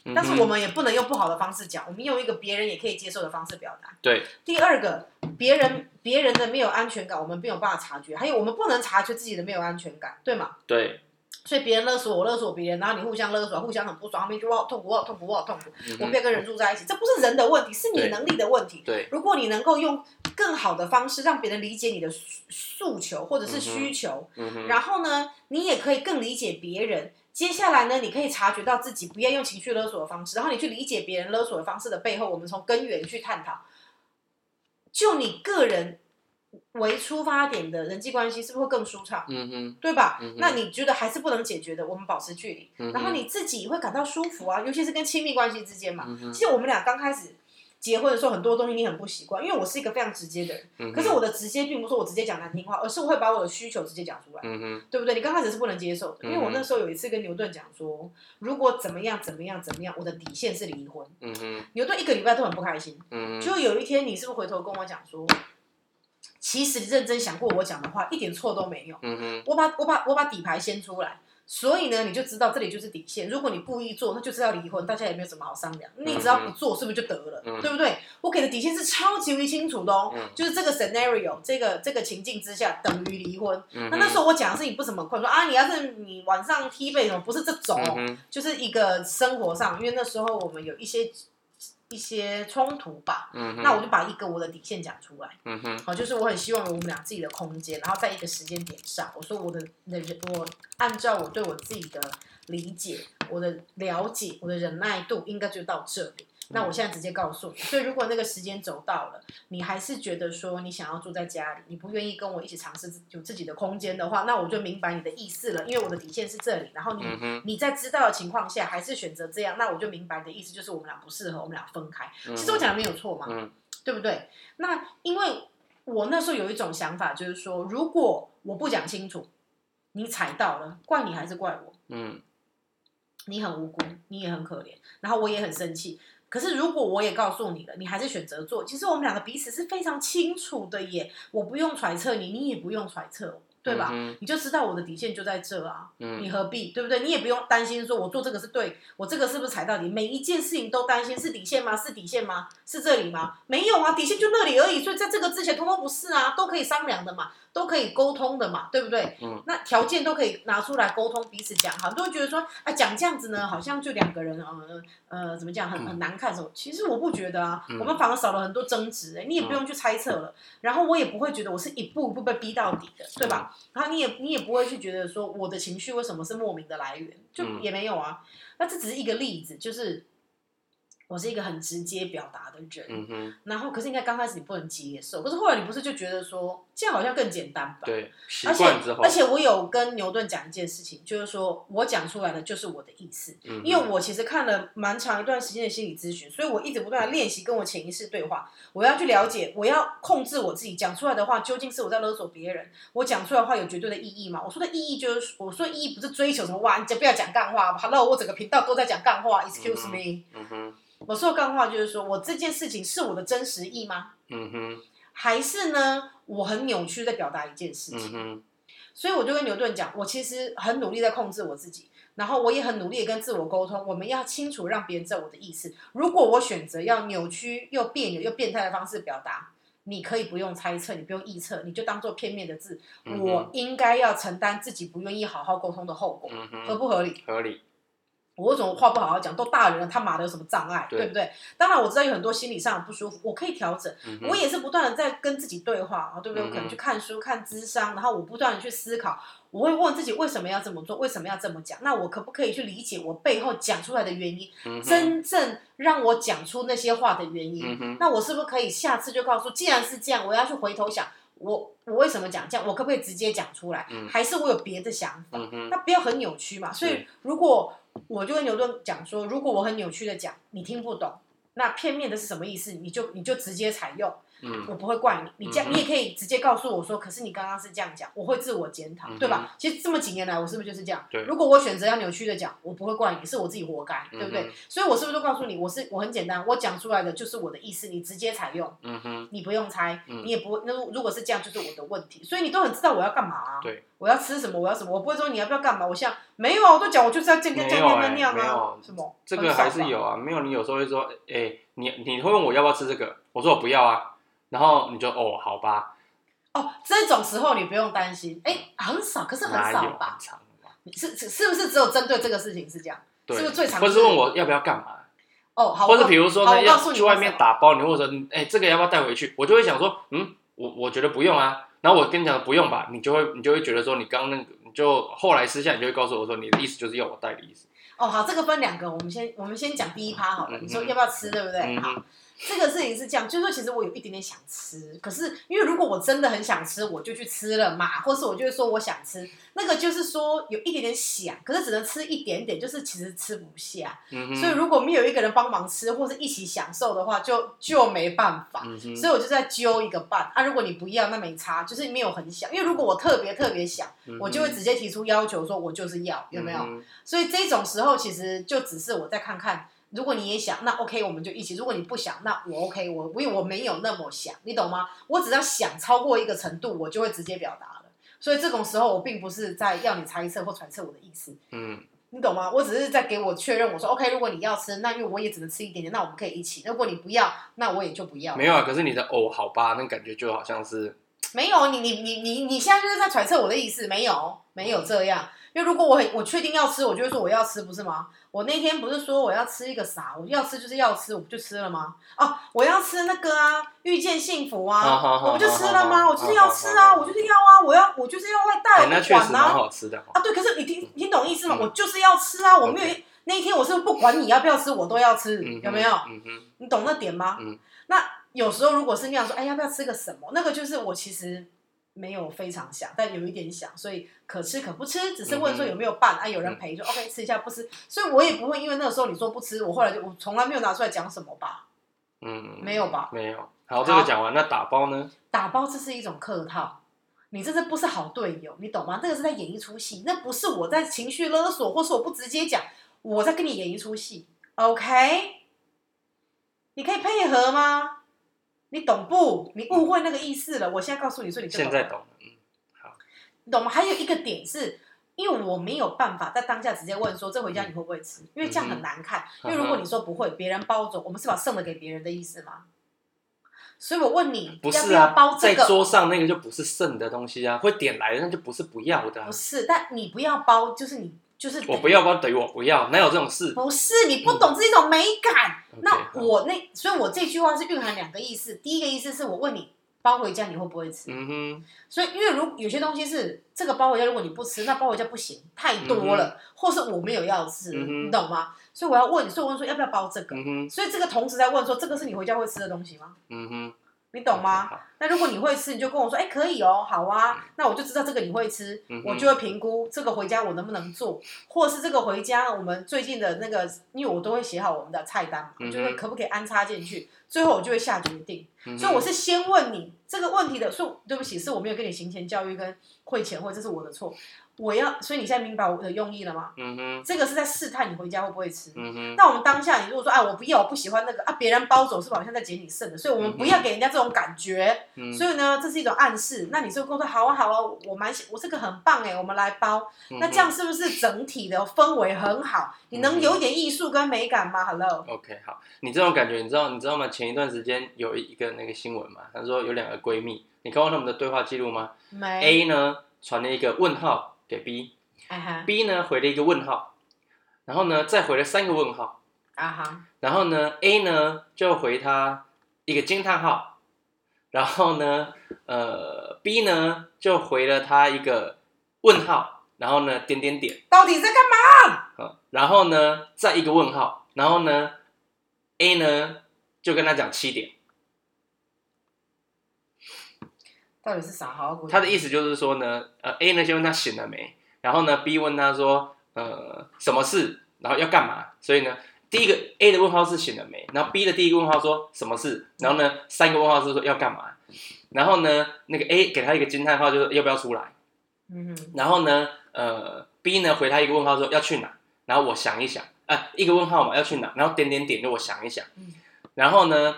嗯哼，
但是我们也不能用不好的方式讲，我们用一个别人也可以接受的方式表达。
对，
第二个，别人别人的没有安全感，我们没有办法察觉，还有我们不能察觉自己的没有安全感，对吗？
对，
所以别人勒索我，勒索别人，然后你互相勒索，互相很不爽，他们就哇好痛苦，我哦好痛苦，我好痛苦，
嗯
我
哼
不要跟人住在一起，这不是人的问题，是你
对
能力的问题。
对，
如果你能够用更好的方式让别人理解你的诉诉求或者是需求，
嗯哼，
然后呢，你也可以更理解别人。接下来呢，你可以察觉到自己不要用情绪勒索的方式，然后你去理解别人勒索的方式的背后，我们从根源去探讨。就你个人为出发点的人际关系，是不是会更舒畅？
嗯哼，
对吧？
嗯哼
那你觉得还是不能解决的，我们保持距离，
嗯哼
然后你自己会感到舒服啊，尤其是跟亲密关系之间嘛。
嗯哼
其实我们俩刚开始结婚的时候，很多东西你很不习惯，因为我是一个非常直接的人。
嗯哼，
可是我的直接并不是我直接讲难听话，而是我会把我的需求直接讲出来，
嗯哼，
对不对？你刚开始是不能接受的，因为
嗯哼
我那时候有一次跟牛顿讲说，如果怎么样怎么样怎么样，我的底线是离婚。
嗯哼，
牛顿一个礼拜都很不开心，
嗯哼，
就有一天你是不是回头跟我讲说，其实认真想过我讲的话，一点错都没有。
嗯哼，
我把我把我把底牌先出来，所以呢，你就知道这里就是底线。如果你故意做，那就是要离婚，大家也没有什么好商量。你只要不做，是不是就得了？
嗯
对不对？我给的底线是超级无敌清楚的哦，
嗯
就是这个 scenario，这个这个情境之下等于离婚。
嗯
那
哼，
那时候我讲的事情不怎么快，说啊，你要是你晚上踢被什么，不是这种哦，
嗯哼，
就是一个生活上，因为那时候我们有一些一些冲突吧。
嗯哼，
那我就把一个我的底线讲出来。
嗯哼，
好，就是我很希望有我们俩自己的空间，然后在一个时间点上，我说我的人，我按照我对我自己的理解、我的了解、我的忍耐度，应该就到这里。那
嗯
我现在直接告诉你，所以如果那个时间走到了，你还是觉得说你想要住在家里，你不愿意跟我一起尝试自有自己的空间的话，那我就明白你的意思了，因为我的底线是这里，然后你
嗯哼，
你在知道的情况下还是选择这样，那我就明白你的意思就是我们俩不适合，我们俩分开。
嗯
其实我讲的没有错嘛，
嗯
对不对？那因为我那时候有一种想法，就是说，如果我不讲清楚，你踩到了，怪你还是怪我？
嗯
你很无辜，你也很可怜，然后我也很生气。可是如果我也告诉你了，你还是选择做，其实我们两个彼此是非常清楚的耶，我不用揣测你，你也不用揣测我，对吧？
嗯哼
你就知道我的底线就在这啊。
嗯，
你何必对不对？你也不用担心说我做这个是对，我这个是不是踩到底？每一件事情都担心是底线吗？是底线吗？是这里吗？没有啊，底线就那里而已。所以在这个之前，通通不是啊，都可以商量的嘛，都可以沟通的嘛，对不对？
嗯。
那条件都可以拿出来沟通，彼此讲，很多人觉得说啊，讲这样子呢，好像就两个人呃呃怎么讲，很很难看什么。其实我不觉得啊，
嗯
我们反而少了很多争执、欸，你也不用去猜测了。然后我也不会觉得我是一步一步被逼到底的，对吧？然后你也你也不会去觉得说我的情绪为什么是莫名的来源，就
嗯
也没有啊。那这只是一个例子，就是我是一个很直接表达的人。
嗯哼，
然后可是应该刚开始你不能接受，可是后来你不是就觉得说这样好像更简单吧？
对，习
而且
惯之后，
而且我有跟牛顿讲一件事情，就是说我讲出来的就是我的意思，
嗯哼，
因为我其实看了蛮长一段时间的心理咨询，所以我一直不断的练习跟我潜意识对话。我要去了解，我要控制我自己讲出来的话，究竟是我在勒索别人？我讲出来的话有绝对的意义吗？我说的意义就是，我说的意义不是追求什么哇，你就不要讲干话吧。Hello，我整个频道都在讲干话，Excuse
嗯
me。
嗯哼，
我说的干话就是说我这件事情是我的真实意吗？
嗯哼，
还是呢，我很扭曲在表达一件事
嗯
情？
哼，
所以我就跟牛顿讲，我其实很努力在控制我自己，然后我也很努力地跟自我沟通。我们要清楚让别人知道我的意思。如果我选择要扭曲又别扭又变态的方式表达，你可以不用猜测，你不用臆测，你就当做片面的字。
嗯哼
我应该要承担自己不愿意好好沟通的后果，
嗯
合
哼，
不合理？
合理，
我为什么话不好好讲？都大人了，他妈的有什么障碍，
对
对不对？当然我知道有很多心理上的不舒服，我可以调整。
嗯哼
我也是不断的在跟自己对话，啊，对不
嗯
对？
哼
我可能去看书、看智商，然后我不断的去思考，我会问自己为什么要这么做，为什么要这么讲？那我可不可以去理解我背后讲出来的原因，
嗯哼
真正让我讲出那些话的原因？
嗯哼
那我是不是可以下次就告诉，既然是这样，我要去回头想，我我为什么讲这样？我可不可以直接讲出来？
嗯
还是我有别的想法？
嗯哼
那不要很扭曲嘛。所以如果我就跟牛顿讲说，如果我很扭曲的讲，你听不懂，那片面的是什么意思？你就你就直接采用，
嗯
我不会怪你。你这
嗯
样你也可以直接告诉我说，可是你刚刚是这样讲，我会自我检讨
嗯，
对吧？其实这么几年来，我是不是就是这样
对？
如果我选择要扭曲的讲，我不会怪你，是我自己活该，对不
嗯
对？所以我是不是都告诉你，我是我很简单，我讲出来的就是我的意思，你直接采用。
嗯哼
你不用猜，
嗯
你也不会。那如如果是这样，就是我的问题，所以你都很知道我要干嘛、啊。
对，
我要吃什么，我要什么，我不会说你要不要干嘛。我像没有啊，我都讲我就是要健康、
没有
健康、
欸
那样
没
啊
有，
什么
这个还是。有啊，没有你有时候会说，哎、你你会问我要不要吃这个，我说我不要啊，然后你就哦好吧，
很少吧哦，这种时候你不用担心，哎、很少，可是很
哪有
少吧
很？长的吧？
是是是不是只有针对这个事情是这样？
对，
是不是最常
或者是
见的
问我要不要干嘛，
哦，好，
或者
我
比如说
好
呢
我
要
告诉你
去外
为什
面
么
打包，你问我说，哎、这个要不要带回去？我就会想说，嗯，我我觉得不用啊，然后我跟你讲不用吧，你就会你就会觉得说你刚刚那个，你就后来私下你就会告诉我说你的意思就是要我带的意思，
哦，好，这个分两个，我们先我们先讲第一趴好了。
嗯
你说
嗯
要不要吃，对不对？
嗯
好
哼，
这个事情是这样，就是说其实我有一点点想吃，可是因为如果我真的很想吃，我就去吃了嘛，或是我就会说我想吃，那个就是说有一点点想，可是只能吃一点点，就是其实吃不下。
嗯哼，
所以如果没有一个人帮忙吃，或是一起享受的话，就就没办法。
嗯哼，
所以我就在揪一个伴啊，如果你不要，那没差，就是没有很想。因为如果我特别特别想，
嗯哼
我就会直接提出要求，说我就是要，有没有？
嗯哼
所以这种时候其实就只是我再看看，如果你也想，那 OK，我们就一起；如果你不想，那我 OK，我因为我没有那么想，你懂吗？我只要想超过一个程度，我就会直接表达了。所以这种时候，我并不是在要你猜测或揣测我的意思，
嗯
你懂吗？我只是在给我确认，我说 OK，如果你要吃，那因为我也只能吃一点点，那我们可以一起；如果你不要，那我也就不要。
没有啊，可是你的哦好吧，那感觉就好像是
没有，你你你你你现在就是在揣测我的意思，没有没有这样。因为如果我很我确定要吃，我就会说我要吃，不是吗？我那天不是说我要吃一个啥？我要吃就是要吃，我不就吃了吗？哦，我要吃那个啊，遇见幸福啊，
好好好
我不就吃了吗？
好
我就是要吃
好
啊，
好好
我就是要啊，我要我就是要外
哎、
带，我
那
不
确实
管
蛮
啊。
好吃的、哦。
啊，对，可是你听听懂意思吗？
嗯
我就是要吃啊，我没有
OK
那一天我是不管你要不要吃，我都要吃，
嗯哼
有没有？
嗯哼，
你懂那点吗？
嗯
那有时候如果是那样说，哎，要不要吃个什么？那个就是我其实没有非常想，但有一点想，所以可吃可不吃，只是问说有没有伴、啊，有人陪就 OK 吃一下不吃，所以我也不会因为那个时候你说不吃，我后来就我从来没有拿出来讲什么吧。
嗯，
没有吧？
没有。好，这个讲完，那打包呢？
打包这是一种客套，你这是不是好队友？你懂吗？那个是在演一出戏，那不是我在情绪勒索，或是我不直接讲，我在跟你演一出戏，OK？你可以配合吗？你懂不？你误会那个意思了。我现在告诉你说，你就
现在懂了，嗯
你懂吗？还有一个点是，因为我没有办法在当下直接问说这回家你会不会吃，因为这样很难看。
嗯哼
因为如果你说不会，别人包走，我们是把剩的给别人的意思吗？所以我问你，
不
要
是
不要
啊，
包这个
在？桌上那个就不是剩的东西啊，会点来的那就不是不要的啊、
不是，但你不要包，就是你就是
我不，要包等于我不要，哪有这种事
不是你不懂这种美感。
嗯？OK，
那
好
我那，所以我这句话是蕴含两个意思。第一个意思是我问你包回家你会不会吃，
嗯哼，
所以因为如有些东西是这个包回家，如果你不吃，那包回家不行，太多了，或是我没有要吃，
嗯哼
你懂吗？所以我要问，所以我问说要不要包这个？
嗯哼，
所以这个同时在问说，这个是你回家会吃的东西吗？
嗯哼，
你懂吗
OK，好
那如果你会吃，你就跟我说，哎、可以哦，好啊，那我就知道这个你会吃，
嗯嗯哼
我就会评估这个回家我能不能做，或者是这个回家我们最近的那个，因为我都会写好我们的菜单嘛，
嗯哼
就会可不可以安插进去，最后我就会下决定。
嗯哼
所以我是先问你这个问题的，所以对不起，是我没有跟你行前教育跟会前会，这是我的错。我要，所以你现在明白我的用意了吗？
嗯哼，
这个是在试探你回家会不会吃。
嗯哼，
那我们当下，你如果说，哎，我不要，我不喜欢那个啊，别人包走，是不是好像在捡你剩的？所以我们不要给人家这种感觉。
嗯
所以呢，这是一种暗示。那你就跟我说，好啊，好啊，我我蛮喜，我这个很棒哎，我们来包。
嗯哼
那这样是不是整体的氛围很好？你能有一点艺术跟美感吗？Hello，
OK，好，你这种感觉，你知道你知道吗？前一段时间有一个那个新闻嘛，他说有两个闺蜜，你看过他们的对话记录吗
没，
？A 呢传了一个问号给 B，
哎哈，
B 呢回了一个问号，然后呢再回了三个问号，
啊哈，
然后呢 A 呢就回他一个惊叹号，然后呢呃 B 呢就回了他一个问号，然后呢点点点。
到底在干嘛？
啊，然后呢，再一个问号，然后呢，A 呢就跟他讲七点，
到底是啥？好好给我
他的意思就是说呢，呃，A 呢先问他醒了没，然后呢，B 问他说，呃，什么事，然后要干嘛，所以呢，第一个 A 的问号是醒了没，然后 B 的第一个问号说什么事，然后呢，三个问号是说要干嘛，然后呢，那个 A 给他一个惊叹号，就是要不要出来，
嗯哼，
然后呢，呃，B 呢回他一个问号说要去哪，然后我想一想，啊、一个问号嘛要去哪，然后点点点就我想一想，
嗯
然后呢，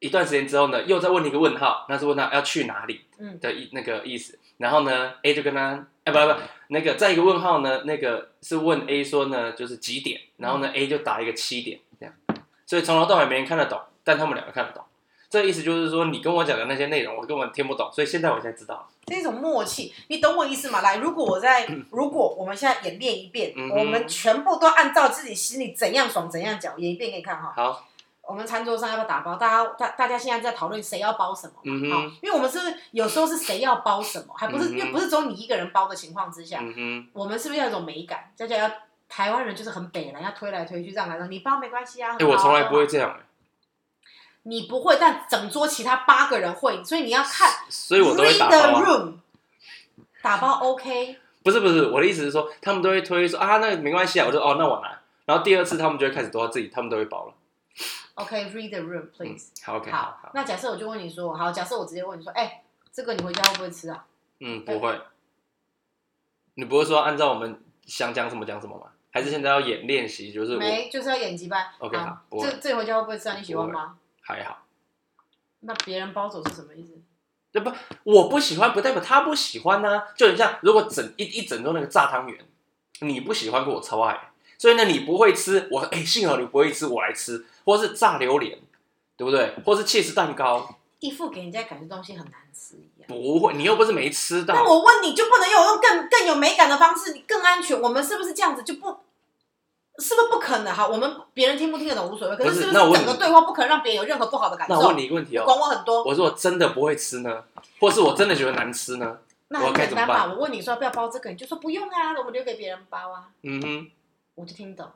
一段时间之后呢，又再问一个问号，那是问他要去哪里
嗯
的意那个意思，然后呢，A 就跟他，哎、不不，那个再一个问号呢，那个是问 A 说呢就是几点，然后呢 A 就打一个七点这样，所以从头到尾没人看得懂，但他们两个看得懂。这意思就是说，你跟我讲的那些内容，我根本听不懂，所以现在我才知道了。
这种默契，你懂我意思吗？来，如果我在，如果我们现在演练一遍，
嗯哼
我们全部都按照自己心里怎样爽怎样讲，演一遍给你看哈。
好，
我们餐桌上要不要打包？大家大大家现在在讨论谁要包什么嘛，
嗯哼
好因为我们是不是有时候是谁要包什么，还不
嗯
是、
哼
因为不是只有你一个人包的情况之下，
嗯哼，
我们是不是要有一种美感？再加上台湾人就是很北人，要推来推去，让来让你包没关系啊。
哎、
很好啊
我从来不会，这样、
你不会，但整桌其他八个人会，所以你要看
所以我都会
read
打
the
包、啊。
room，打包 OK。
不是不是，我的意思是说，他们都会推说啊，那没关系啊，我就哦，那我拿。然后第二次他们就会开始都要自己，他们都会包了。
OK，read、the room please、
好，OK，好嗯
好，
好，
那假设我就问你说，好，假设我直接问你说，哎、这个你回家会不会吃啊？
嗯，不会。你不会说按照我们想讲什么讲什么吗？还是现在要演练习？就是我
没，就是要演几班。
OK，
好
好不会
这这回家会不会吃啊？你喜欢吗？
还好，
那别人包走是什么意思？
我不喜欢不代表他不喜欢呐、就很像如果整一一整桌那个炸汤圆，你不喜欢，可我超爱。所以呢，你不会吃，我哎、幸好你不会吃，我来吃，或是炸榴莲，对不对？或是 cheese 蛋糕，
一副给人家感觉东西很难吃一样。
不会，你又不是没吃
那
到。
我问你就不能用用更更有美感的方式，你更安全？我们是不是这样子就不？是不是不可能？好，我们别人听不听得懂无所谓，可
不是
是是
那我
不是
问
整个
你
对话不可能让别人有任何不好的感受？
那我问你一个问题
管
哦，
我很多，
我说我真的不会吃呢，或是我真的觉得难吃呢？
那
我
很
该
简
怎么
单嘛。
办
我问你说要不要包这个，你就说不用啊，我们留给别人包啊，
嗯哼，
我就听懂了。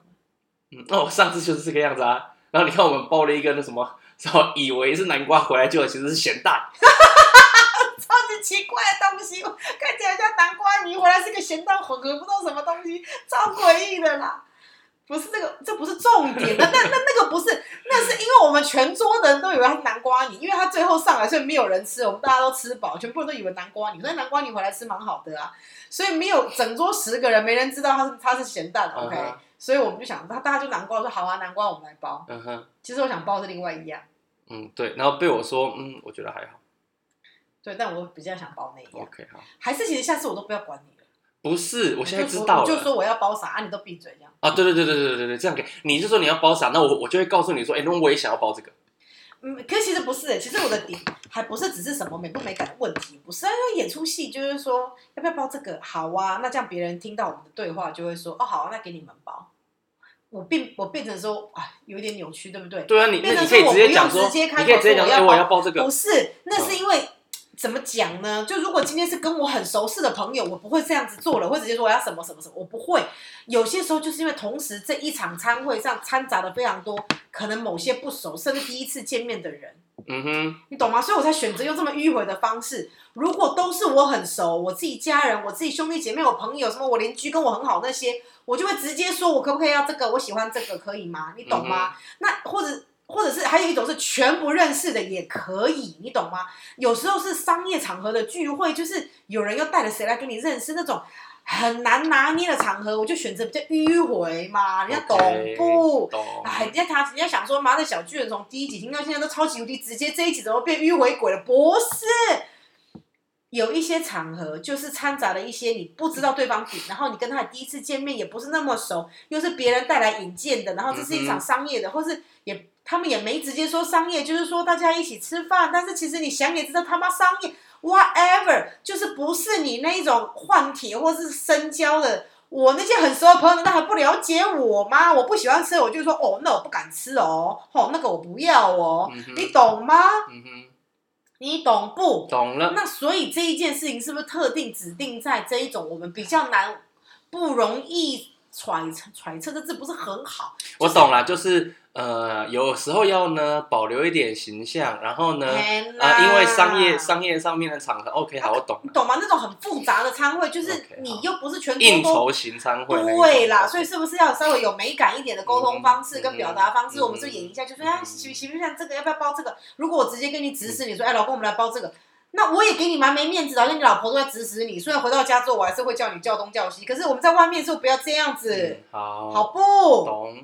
嗯，那我上次就是这个样子啊。然后你看我们包了一个那什么，什么以为是南瓜，回来就其实是咸蛋。
超级哦奇怪的东西，看起来像南瓜泥，回来是个咸蛋混合，不知道什么东西，超诡异的啦。不是这个，这不是重点，那那那那个不是，那是因为我们全桌的人都以为它是南瓜泥，因为它最后上来，所以没有人吃，我们大家都吃饱，全部人都以为南瓜泥，那南瓜泥回来吃蛮好的啊，所以没有整桌十个人，没人知道它是它是咸蛋，OK，、
嗯哼
所以我们就想，他大家就南瓜说好啊，南瓜我们来包，
嗯哼，
其实我想包是另外一样，
嗯对。然后被我说，嗯，我觉得还好。
对，但我比较想包那一样，
OK，好，
还是其实下次我都不要管你了。
不是，我
我
现在知道
就说我就
了。
说我要包啥，啊，你都闭嘴这样。
啊，对对对对对对对，这样给你就说你要包啥，那我我就会告诉你说，哎，那我也想要包这个。
嗯，可是其实不是、其实我的点还不是只是什么美不美感的问题，不是，啊因为演出戏就是说要不要包这个，好啊，那这样别人听到我们的对话就会说，哦，好、啊，那给你们包。我变我变成说，哎，有点扭曲，对不对？
对啊，你
变
那
成
你可以
是我
直接
不
讲
用
说，
直接开
你可以
口
直接
说
讲说，哎，
我要
我
包
要包这个嗯
不。是，那是因为。怎么讲呢？就如果今天是跟我很熟识的朋友，我不会这样子做了，会直接说我要什么什么什么，我不会。有些时候就是因为同时这一场餐会上掺杂的非常多，可能某些不熟，甚至第一次见面的人，
嗯哼，
你懂吗？所以我才选择用这么迂回的方式。如果都是我很熟，我自己家人、我自己兄弟姐妹、我朋友什么，我邻居跟我很好那些，我就会直接说，我可不可以要这个？我喜欢这个，可以吗？你懂吗？那或者或者是还有一种是全不认识的也可以，你懂吗？有时候是商业场合的聚会，就是有人又带了谁来跟你认识那种。很难拿捏的场合，我就选择比较迂回嘛，人家懂
OK，
不
懂。嗯
哎，人家他人家想说，妈的小巨人从第一集听到现在都超级无敌直接，这一集怎么变迂回鬼了？不是，有一些场合就是掺杂了一些你不知道对方底，然后你跟他第一次见面也不是那么熟，又是别人带来引荐的，然后这是一场商业的，或是也他们也没直接说商业，就是说大家一起吃饭，但是其实你想也知道他妈商业，whatever，就是不是你那一种换帖或是深交的我那些很熟的朋友难道还不了解我吗？我不喜欢吃，我就说哦，那我不敢吃哦，哦，那个我不要哦，
嗯哼
你懂吗？
嗯哼，
你懂不？
懂了。
那所以这一件事情是不是特定指定在这一种我们比较难、不容易揣测揣测？这字不是很好？
我懂了，就是呃，有时候要呢保留一点形象，然后呢，
天哪
啊、因为商业商业上面的场合，OK，好，我懂
你
了，
懂吗？那种很复杂的餐会，就是
OK，好
你又不是全
应
国
酬型商
都
会那一种，
对啦，所以是不是要稍微有美感一点的沟通方式
嗯
跟表达方式？
嗯
我们就演一下，就说哎，
嗯
喜喜不喜欢这个？要不要包这个？如果我直接跟你指使你说，哎，老公，我们来包这个。那我也给你蛮没面子的，好像你老婆都在指使你。虽然回到家之后，我还是会叫你叫东叫西，可是我们在外面的时候不要这样子
嗯，，好，
好不？
懂，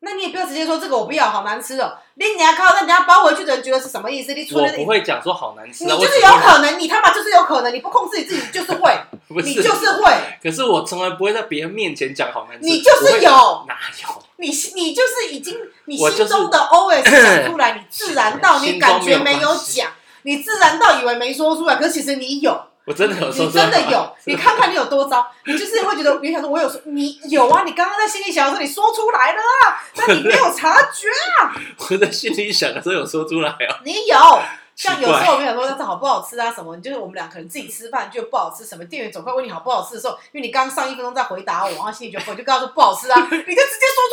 那你也不要直接说这个我不要，好难吃哦。你你要靠，那人家包回去的人觉得是什么意思？你除
我
了
不会讲说好难吃
你
啊，我
就是
只
有可能，你他妈就是有可能，你不控制你自己，就是会，
不
你
是，
就是会，
可是我从来不会在别人面前讲好难吃，
你就是
我
有
会，哪有？
你心你就是已经你
我就
心
是
中的 OS 讲出来，你自然到你
心中
感觉
没
没
有
有
关系
讲，你自然到以为没说出来，可是其实你有，
我真的有时候
你真的
这样
有，你看看你有多糟，你就是会觉得别人想说我有说你有啊，你刚刚在心里想的时候你说出来了啊，那你没有察觉，
我在心里想的时候有说出来哦，
你有。像有时候我们想说这好不好吃啊什么，就是我们俩可能自己吃饭就不好吃什么，店员总会问你好不好吃的时候，因为你刚上一分钟在回答我，然后心里就我就跟他说不 好吃啊，你就直接说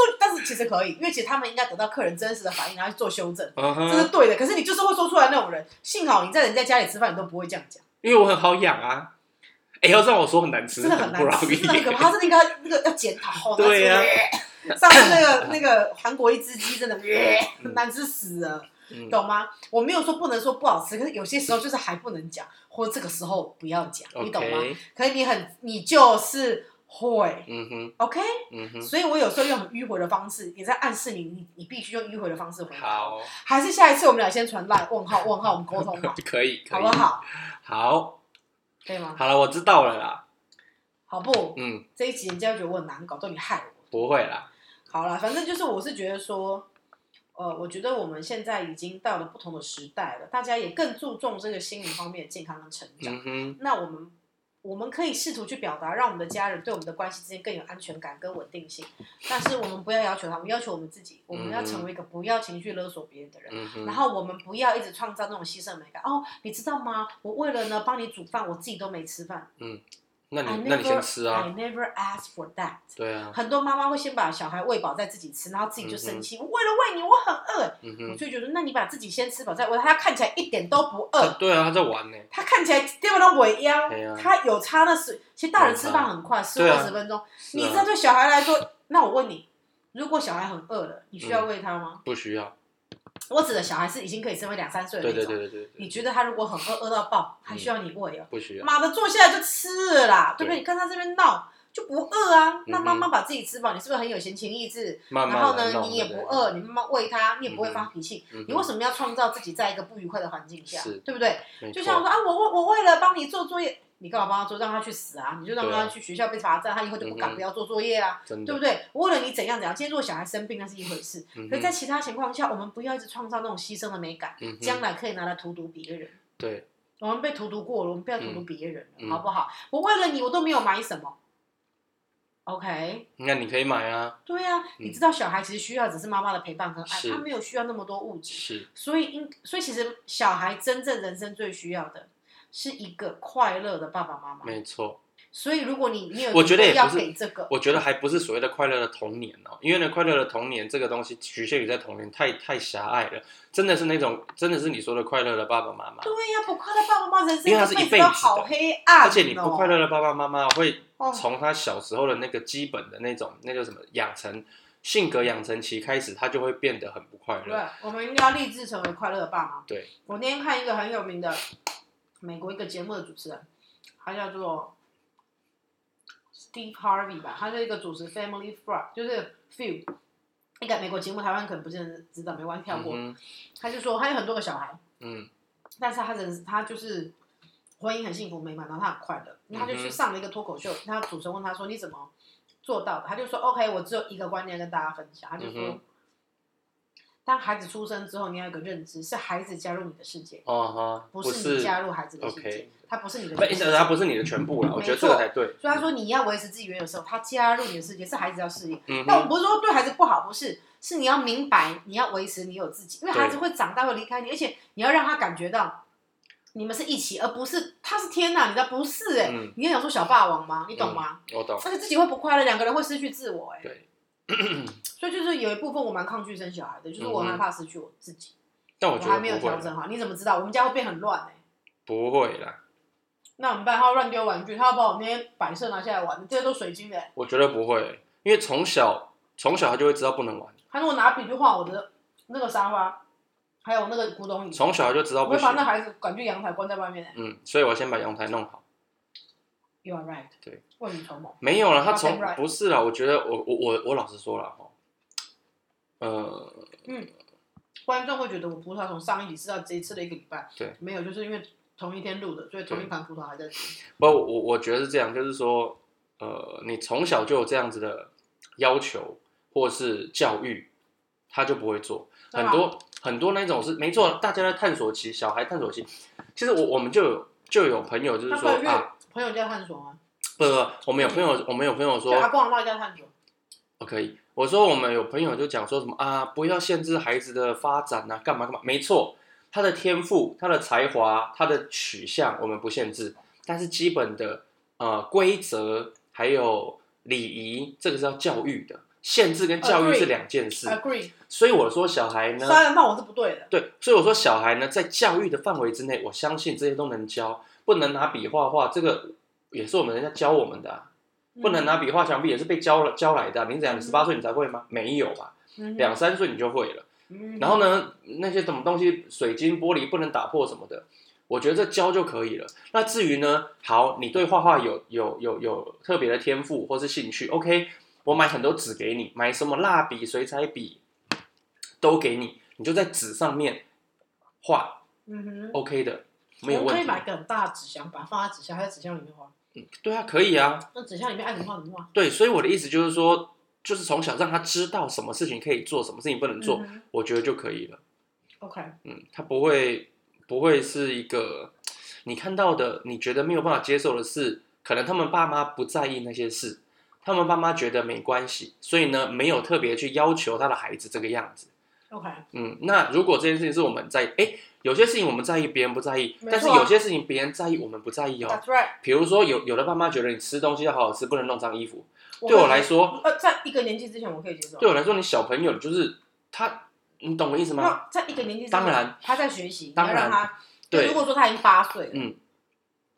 出，但是其实可以，因为其实他们应该得到客人真实的反应，然后去做修正，
嗯
这是
哼，
对的。可是你就是会说出来那种人，幸好你在人家家里吃饭，你都不会这样讲，
因为我很好养啊，哎，要让我说很难吃，
真的很
不
难
容
吃，
易
真，的很可怕，真的应该那个要检讨。好难吃
对啊
上次那个那个韩国一只鸡真的、
嗯
难吃死了。
嗯
懂吗？我没有说不能说不好吃，可是有些时候就是还不能讲，或这个时候不要讲，你懂吗？
，OK，
可是你很，你就是会
嗯哼，
，OK？、
嗯哼，
所以我有时候用很迂回的方式，也在暗示你，你你必须用迂回的方式回答。
好，
还是下一次我们俩先传来问 号问号，我们沟通嘛，
可以，可
好
以
不，好？
好，
可以吗？
好了，我知道了啦。
好不？
嗯，
这一集人家觉得我很难搞，都你害我。
不会啦。
好啦，反正就是我是觉得说，呃，我觉得我们现在已经到了不同的时代了，大家也更注重这个心理方面的健康跟成长。
嗯哼，
那我们我们可以试图去表达，让我们的家人对我们的关系之间更有安全感跟稳定性，但是我们不要要求他们，要求我们自己，我们要成为一个不要情绪勒索别人的人。
嗯哼，
然后我们不要一直创造那种牺牲美感哦，你知道吗？我为了呢帮你煮饭，我自己都没吃饭。
那
I
你
never,
那你先吃
I
啊。
never ask for that。
对啊，
很多妈妈会先把小孩喂饱再自己吃，然后自己就
嗯
生
哼
气。我为了喂你，我很饿，
嗯
我
哼，
就觉得那你把自己先吃饱再喂他，看起来一点都不饿。
他对啊，他在玩呢。
他看起来对不都尾腰
对啊，
他有差那十，其实大人吃饭很快，十
对
五
啊
二十分钟。
是
你
啊
这对小孩来说， 那我问你，如果小孩很饿了，你需要喂他吗？
不需要。
我指的小孩是已经可以成为两三岁的
对对
那种。
对对对
你
对，
觉得他如果很饿，饿到爆，还需要你喂哦？
不需要。
妈的，坐下来就吃了啦，对不
嗯
对？
对
你看他这边闹就不饿啊。那
嗯哼
妈妈把自己吃饱，你是不是很有闲情逸致？
慢慢
然后
来
呢，
弄
你也不
对
饿，你慢慢喂他，你也不
嗯
会
哼
发脾气。
嗯哼
你为什么要创造自己在一个不愉快的环境下
是，
对不对？
没
就
错
像我说啊，我我我为了帮你做作业，你干嘛帮他做？让他去死啊！你就让
对啊
他去学校被罚站，他以后就不
嗯
敢
哼
不要做作业啊，
真
对不
的，
对？我为了你怎样怎样，今天如果小孩生病那是一回事，
嗯
可是在
哼，
其他情况下，我们不要一直创造那种牺牲的美感，
嗯
将
哼，
来可以拿来荼毒别人。
对，
我们被荼毒过了，我们不要荼毒
嗯
别人了，
嗯
好不好？我为了你，我都没有买什么。OK，
那你可以买啊。
对呀、你知道小孩其实需要只是妈妈的陪伴跟爱，
是
他没有需要那么多物质。
是，
所以应，所以其实小孩真正人生最需要的是一个快乐的爸爸妈妈。
没错。
所以，如果你你有
我觉得也
一个要
不是
给这个，
我觉得还不是所谓的快乐的童年哦，因为呢，快乐的童年这个东西局限于在童年，太太狭隘了。真的是那种，真的是你说的快乐的爸爸妈妈。
对呀、不快乐爸爸妈妈人生
因为他是
一
一辈
辈子
子
都
的
好黑暗、哦，
而且你不快乐的爸爸妈妈会
哦，
从他小时候的那个基本的那种那个什么养成性格养成期开始，他就会变得很不快乐。
对，啊我们应该要立志成为快乐的爸妈。
对，
我那天看一个很有名的美国一个节目的主持人，他叫做 Steve Harvey 吧，他是一个主持 Family Feud，就是 Feud，一个美国节目，台湾可能不见得知道，没关系跳
嗯
过。
哼，
他就说他有很多个小孩，
嗯
但是他人他就是婚姻很幸福美满，然后他很快乐，然后他就去
嗯哼
上了一个脱口秀，他主持人问他说你怎么做到的？他就说 OK，我只有一个观念跟大家分享，他就说、
嗯哼
当孩子出生之后，你要有一个认知，是孩子加入你的世界，
哦哈，
不
不
是你加入孩子的世界
OK，
他不是你的
不，
全世界。
它不是你的全部了，我觉得
没
这
错
个才对。
所以他说你要维持自己原有的时候，他加入你的世界是孩子要适应。
嗯
但我
哼，
不是说对孩子不好，不是，是你要明白你要维持你有自己，因为
对
孩子会长大会离开你，而且你要让他感觉到你们是一起，而不是他是天呐，你知道不是哎、
嗯
你要想说小霸王吗？你懂吗？
我懂。
而且自己会不快乐，两个人会失去自我哎、
对
所以就是有一部分我蛮抗拒生小孩的，就是我
嗯哼
害怕失去我自己，
但我觉
还
得
没有
不
调
会，
整好。你怎么知道我们家会变很乱哎、
不会啦，
那怎么办？他要乱丢玩具，他要把我那些摆设拿下来玩，这些都水晶的、欸。
我觉得不会，因为从小从小他就会知道不能玩，
他如果拿笔去画我的那个沙发，还有那个古董椅，
从小他就知道
我
不
会把那
行。
孩子赶去阳台关在外面、欸。
嗯，所以我先把阳台弄好。
You are right。
对，
未雨绸缪。
没有了，他
Not
从
right
不是啦，我觉得我我我我老实说了哈，呃，
观众会觉得我葡萄从上一集吃到这一次的一个礼拜，
对，
没有，就是因为同一天录的，所以同一盘葡萄还在吃。
不，我我觉得是这样，就是说，呃，你从小就有这样子的要求或是教育，他就不会做。
对啊
很
吧
多很多那种是没错，大家在探索期，小孩探索期，其实我我们就有就有朋友就是
他
说
朋友
啊，
朋友家探索吗？
不不，不我们有朋友，我们有朋友
就
说
阿公阿妈家探索。
哦可以，我说我们有朋友就讲说什么啊，不要限制孩子的发展啊，干嘛干嘛，没错，他的天赋、他的才华、他的取向我们不限制，但是基本的呃规则还有礼仪，这个是要教育的，限制跟教育
Agree
是两件事，
Agree。
所以我说小孩呢，
杀人放火是不对的。
对，所以我说小孩呢，在教育的范围之内，我相信这些都能教，不能拿笔画画，这个也是我们人家教我们的、啊。不能
嗯
拿笔画墙壁，也是被教了教来的啊、你怎样？你十八岁你才会吗？没有吧，
嗯
两三岁你就会了。
嗯
然后呢，那些什么东西，水晶、玻璃不能打破什么的，我觉得这教就可以了。那至于呢，好，你对画画有有有有特别的天赋或是兴趣，OK，我买很多纸给你，买什么蜡笔、水彩笔都给你，你就在纸上面画
嗯哼，
，OK 的，没有
我们可
问
以
题。
买个很大的纸箱，把它放在纸箱，还在纸箱里面画。
对啊，可以啊，
那纸箱里面爱怎么画怎么画。
对，所以我的意思就是说，就是从小让他知道什么事情可以做，什么事情不能做，
嗯哼
我觉得就可以了。
OK。
嗯，他不会不会是一个你看到的，你觉得没有办法接受的事，可能他们爸妈不在意那些事，他们爸妈觉得没关系，所以呢，没有特别去要求他的孩子这个样子。
OK，
嗯，那如果这件事情是我们在意，哎，有些事情我们在意，别人不在意，
没
但是
错啊
有些事情别人在意，我们不在意哦。
That's right。
比如说有有的爸妈觉得你吃东西要好好吃，不能弄脏衣服，对我来说。
呃，在一个年纪之前我可以接受。
对我来说，你小朋友就是他，你懂我意思吗？
那在一个年纪之前，
当然
他在学习，你
当
要
然
让他。
对
如果说他已经八岁了，
嗯，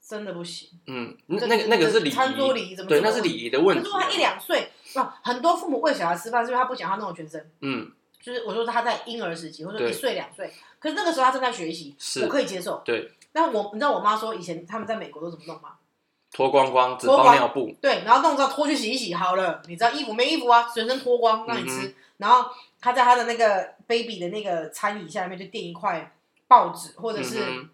真的不行。
嗯，那
这
那个那个是礼仪，
餐桌礼仪怎么
对，
怎么
那是礼仪的问
可
题啊
是。他一两岁，哇，很多父母喂小孩吃饭，是因为他不想他弄全身。
嗯，
就是我说他在婴儿时期，或者说
对
一岁两岁，可是那个时候他正在学习，
是
我可以接受。
对，
那我你知道我妈说以前他们在美国都怎么弄吗？
脱光光，只
脱
包
光
尿布，
对，然后弄到拖去洗一洗好了，你知道衣服没衣服啊，全身脱光让你
嗯
吃。然后他在他的那个 baby 的那个餐椅下面就垫一块报纸或者是
嗯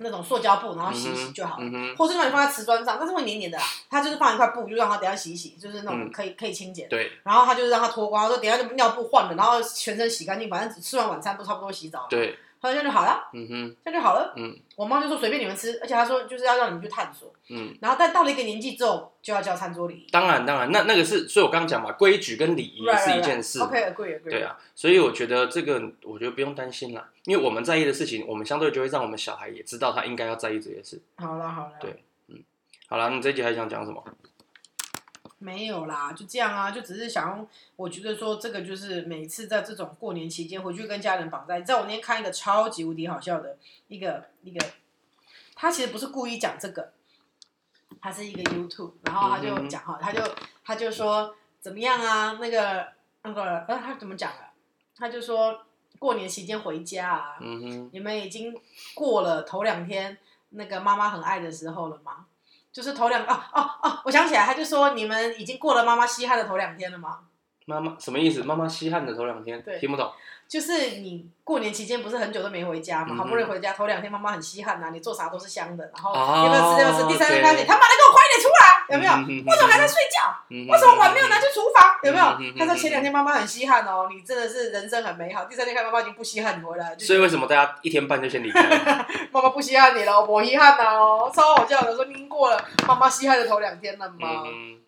那种塑胶布，然后洗一洗就好了。
嗯哼，
或是让你放在瓷砖上，但是会黏黏的啦。他就是放一块布，就让它等一下洗一洗，就是那种
嗯
可以、可以清洁的。
对
然后他就是让它脱光，他说等一下就尿布换了，然后全身洗干净，反正吃完晚餐不差不多洗澡了，
对，
他说这样就好了，
嗯哼，
这样就好了。
嗯
我妈就说随便你们吃，而且她说就是要让你们去探索。
嗯，
然后但到了一个年纪之后，就要教餐桌礼仪，
当然当然，那那个是，所以我刚刚讲嘛，规矩跟礼仪
Right,
是
right,
一
right.
件事。
OK agree agree。
对啊，所以我觉得这个，我觉得不用担心啦，因为我们在意的事情，我们相对就会让我们小孩也知道他应该要在意这些事。
好了好了，
对好啦，你这集还想讲什么？
没有啦，就这样啊，就只是想要，我觉得说这个就是每次在这种过年期间回去跟家人绑在，你知道我那天看一个超级无敌好笑的一个 一个，他其实不是故意讲这个，他是一个 YouTube，然后他就
嗯哼
讲哈，他就他就说怎么样啊，那个那个呃他怎么讲啊？他就说过年期间回家啊，
嗯哼，
你们已经过了头两天那个妈妈很爱的时候了吗？就是头两哦哦哦，我想起来，他就说你们已经过了妈妈稀罕的头两天了吗？
妈妈什么意思？妈妈稀罕的头两天
对
听不懂，
就是你过年期间不是很久都没回家嘛，
嗯
好不容易回家，头两天妈妈很稀罕呐、你做啥都是香的，然后
哦
要不要吃要不要吃，第三天发
对
现他妈的给我快点出来，有没有？
嗯
为什么还在睡觉？
嗯
为什么碗没有拿去厨房？有没
嗯嗯嗯
有？他说
嗯
前两天妈妈很稀罕哦，你真的是人生很美好。第三天看妈妈已经不稀罕你回来了，就
所以为什么大家一天半就先离开？
妈妈不稀罕你了，我遗憾呐哦，超好笑的。说您过了妈妈稀罕的头两天了吗？
嗯，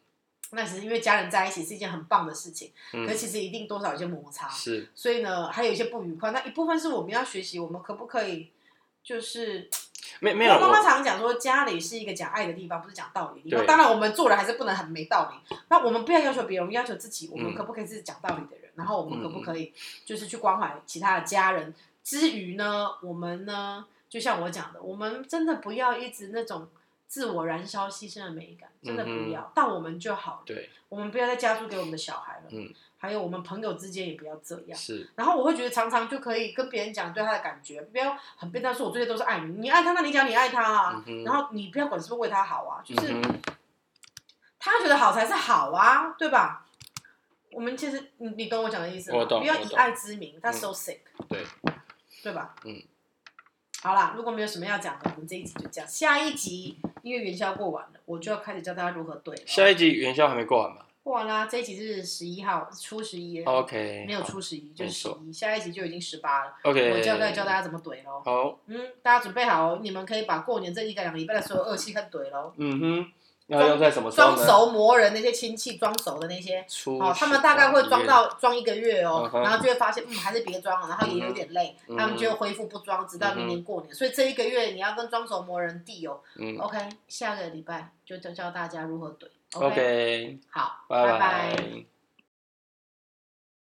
那其实因为家人在一起是一件很棒的事情，
嗯
哦可其啊实一定多少有些摩擦，
是
所以呢，还有一些不愉快。那一部分是我们要学习，我们可不可以就是
没没
因
有
为妈妈
我，
常常讲说，家里是一个讲爱的地方，不是讲道理的地
对
方。当然，我们做人还是不能很没道理。那我们不要要求别人，我们要求自己。我
嗯
们可不可以是讲道理的人？然后我们可
嗯
不
嗯
可以就是去关怀其他的家人？之余呢，我们呢，就像我讲的，我们真的不要一直那种自我燃烧、牺牲的美感，真的
嗯哼
不要。到我们就好了，
对，
我们不要再加注给我们的小孩了。
嗯
还有我们朋友之间也不要这样。
是
然后我会觉得常常就可以跟别人讲对他的感觉，不要很变态说，我这些都是爱你，你爱他，那你讲你爱他啊
嗯，哼
然后你不要管是不是为他好啊，就是
嗯哼
他觉得好才是好啊，对吧？我们其实你你懂我讲的意思
我
吗？
懂
不要
我
以
懂
爱之名，他 so sick，
对
对吧？
嗯。
好啦，如果没有什么要讲的，我们这一集就这样。下一集因为元宵过完了，我就要开始教大家如何对了。
下一集元宵还没过完吧
过完啦，这一集是十一号，初十一。
？OK，
啊没有初十一，就是十
没错
一，下一集就已经十八了。
OK，
我就要再教大家怎么怼喽。
好，
嗯，大家准备好哦，你们可以把过年这一个两个礼拜的所有恶气看怼喽。
嗯哼，要用在什么时候
装
呢？
熟磨人那些亲戚，装熟的那些，
初
哦，他们大概会装
十
到装一个月哦
嗯，哼
然后就会发现，嗯，还是别装了，然后也有点累，
嗯哼
他们就会恢复不装，直到明年过年。所以这一个月你要跟装熟磨人递哦。
八嗯
OK，下个礼拜就教教大家如何怼。
，OK，
好，
拜
拜拜
拜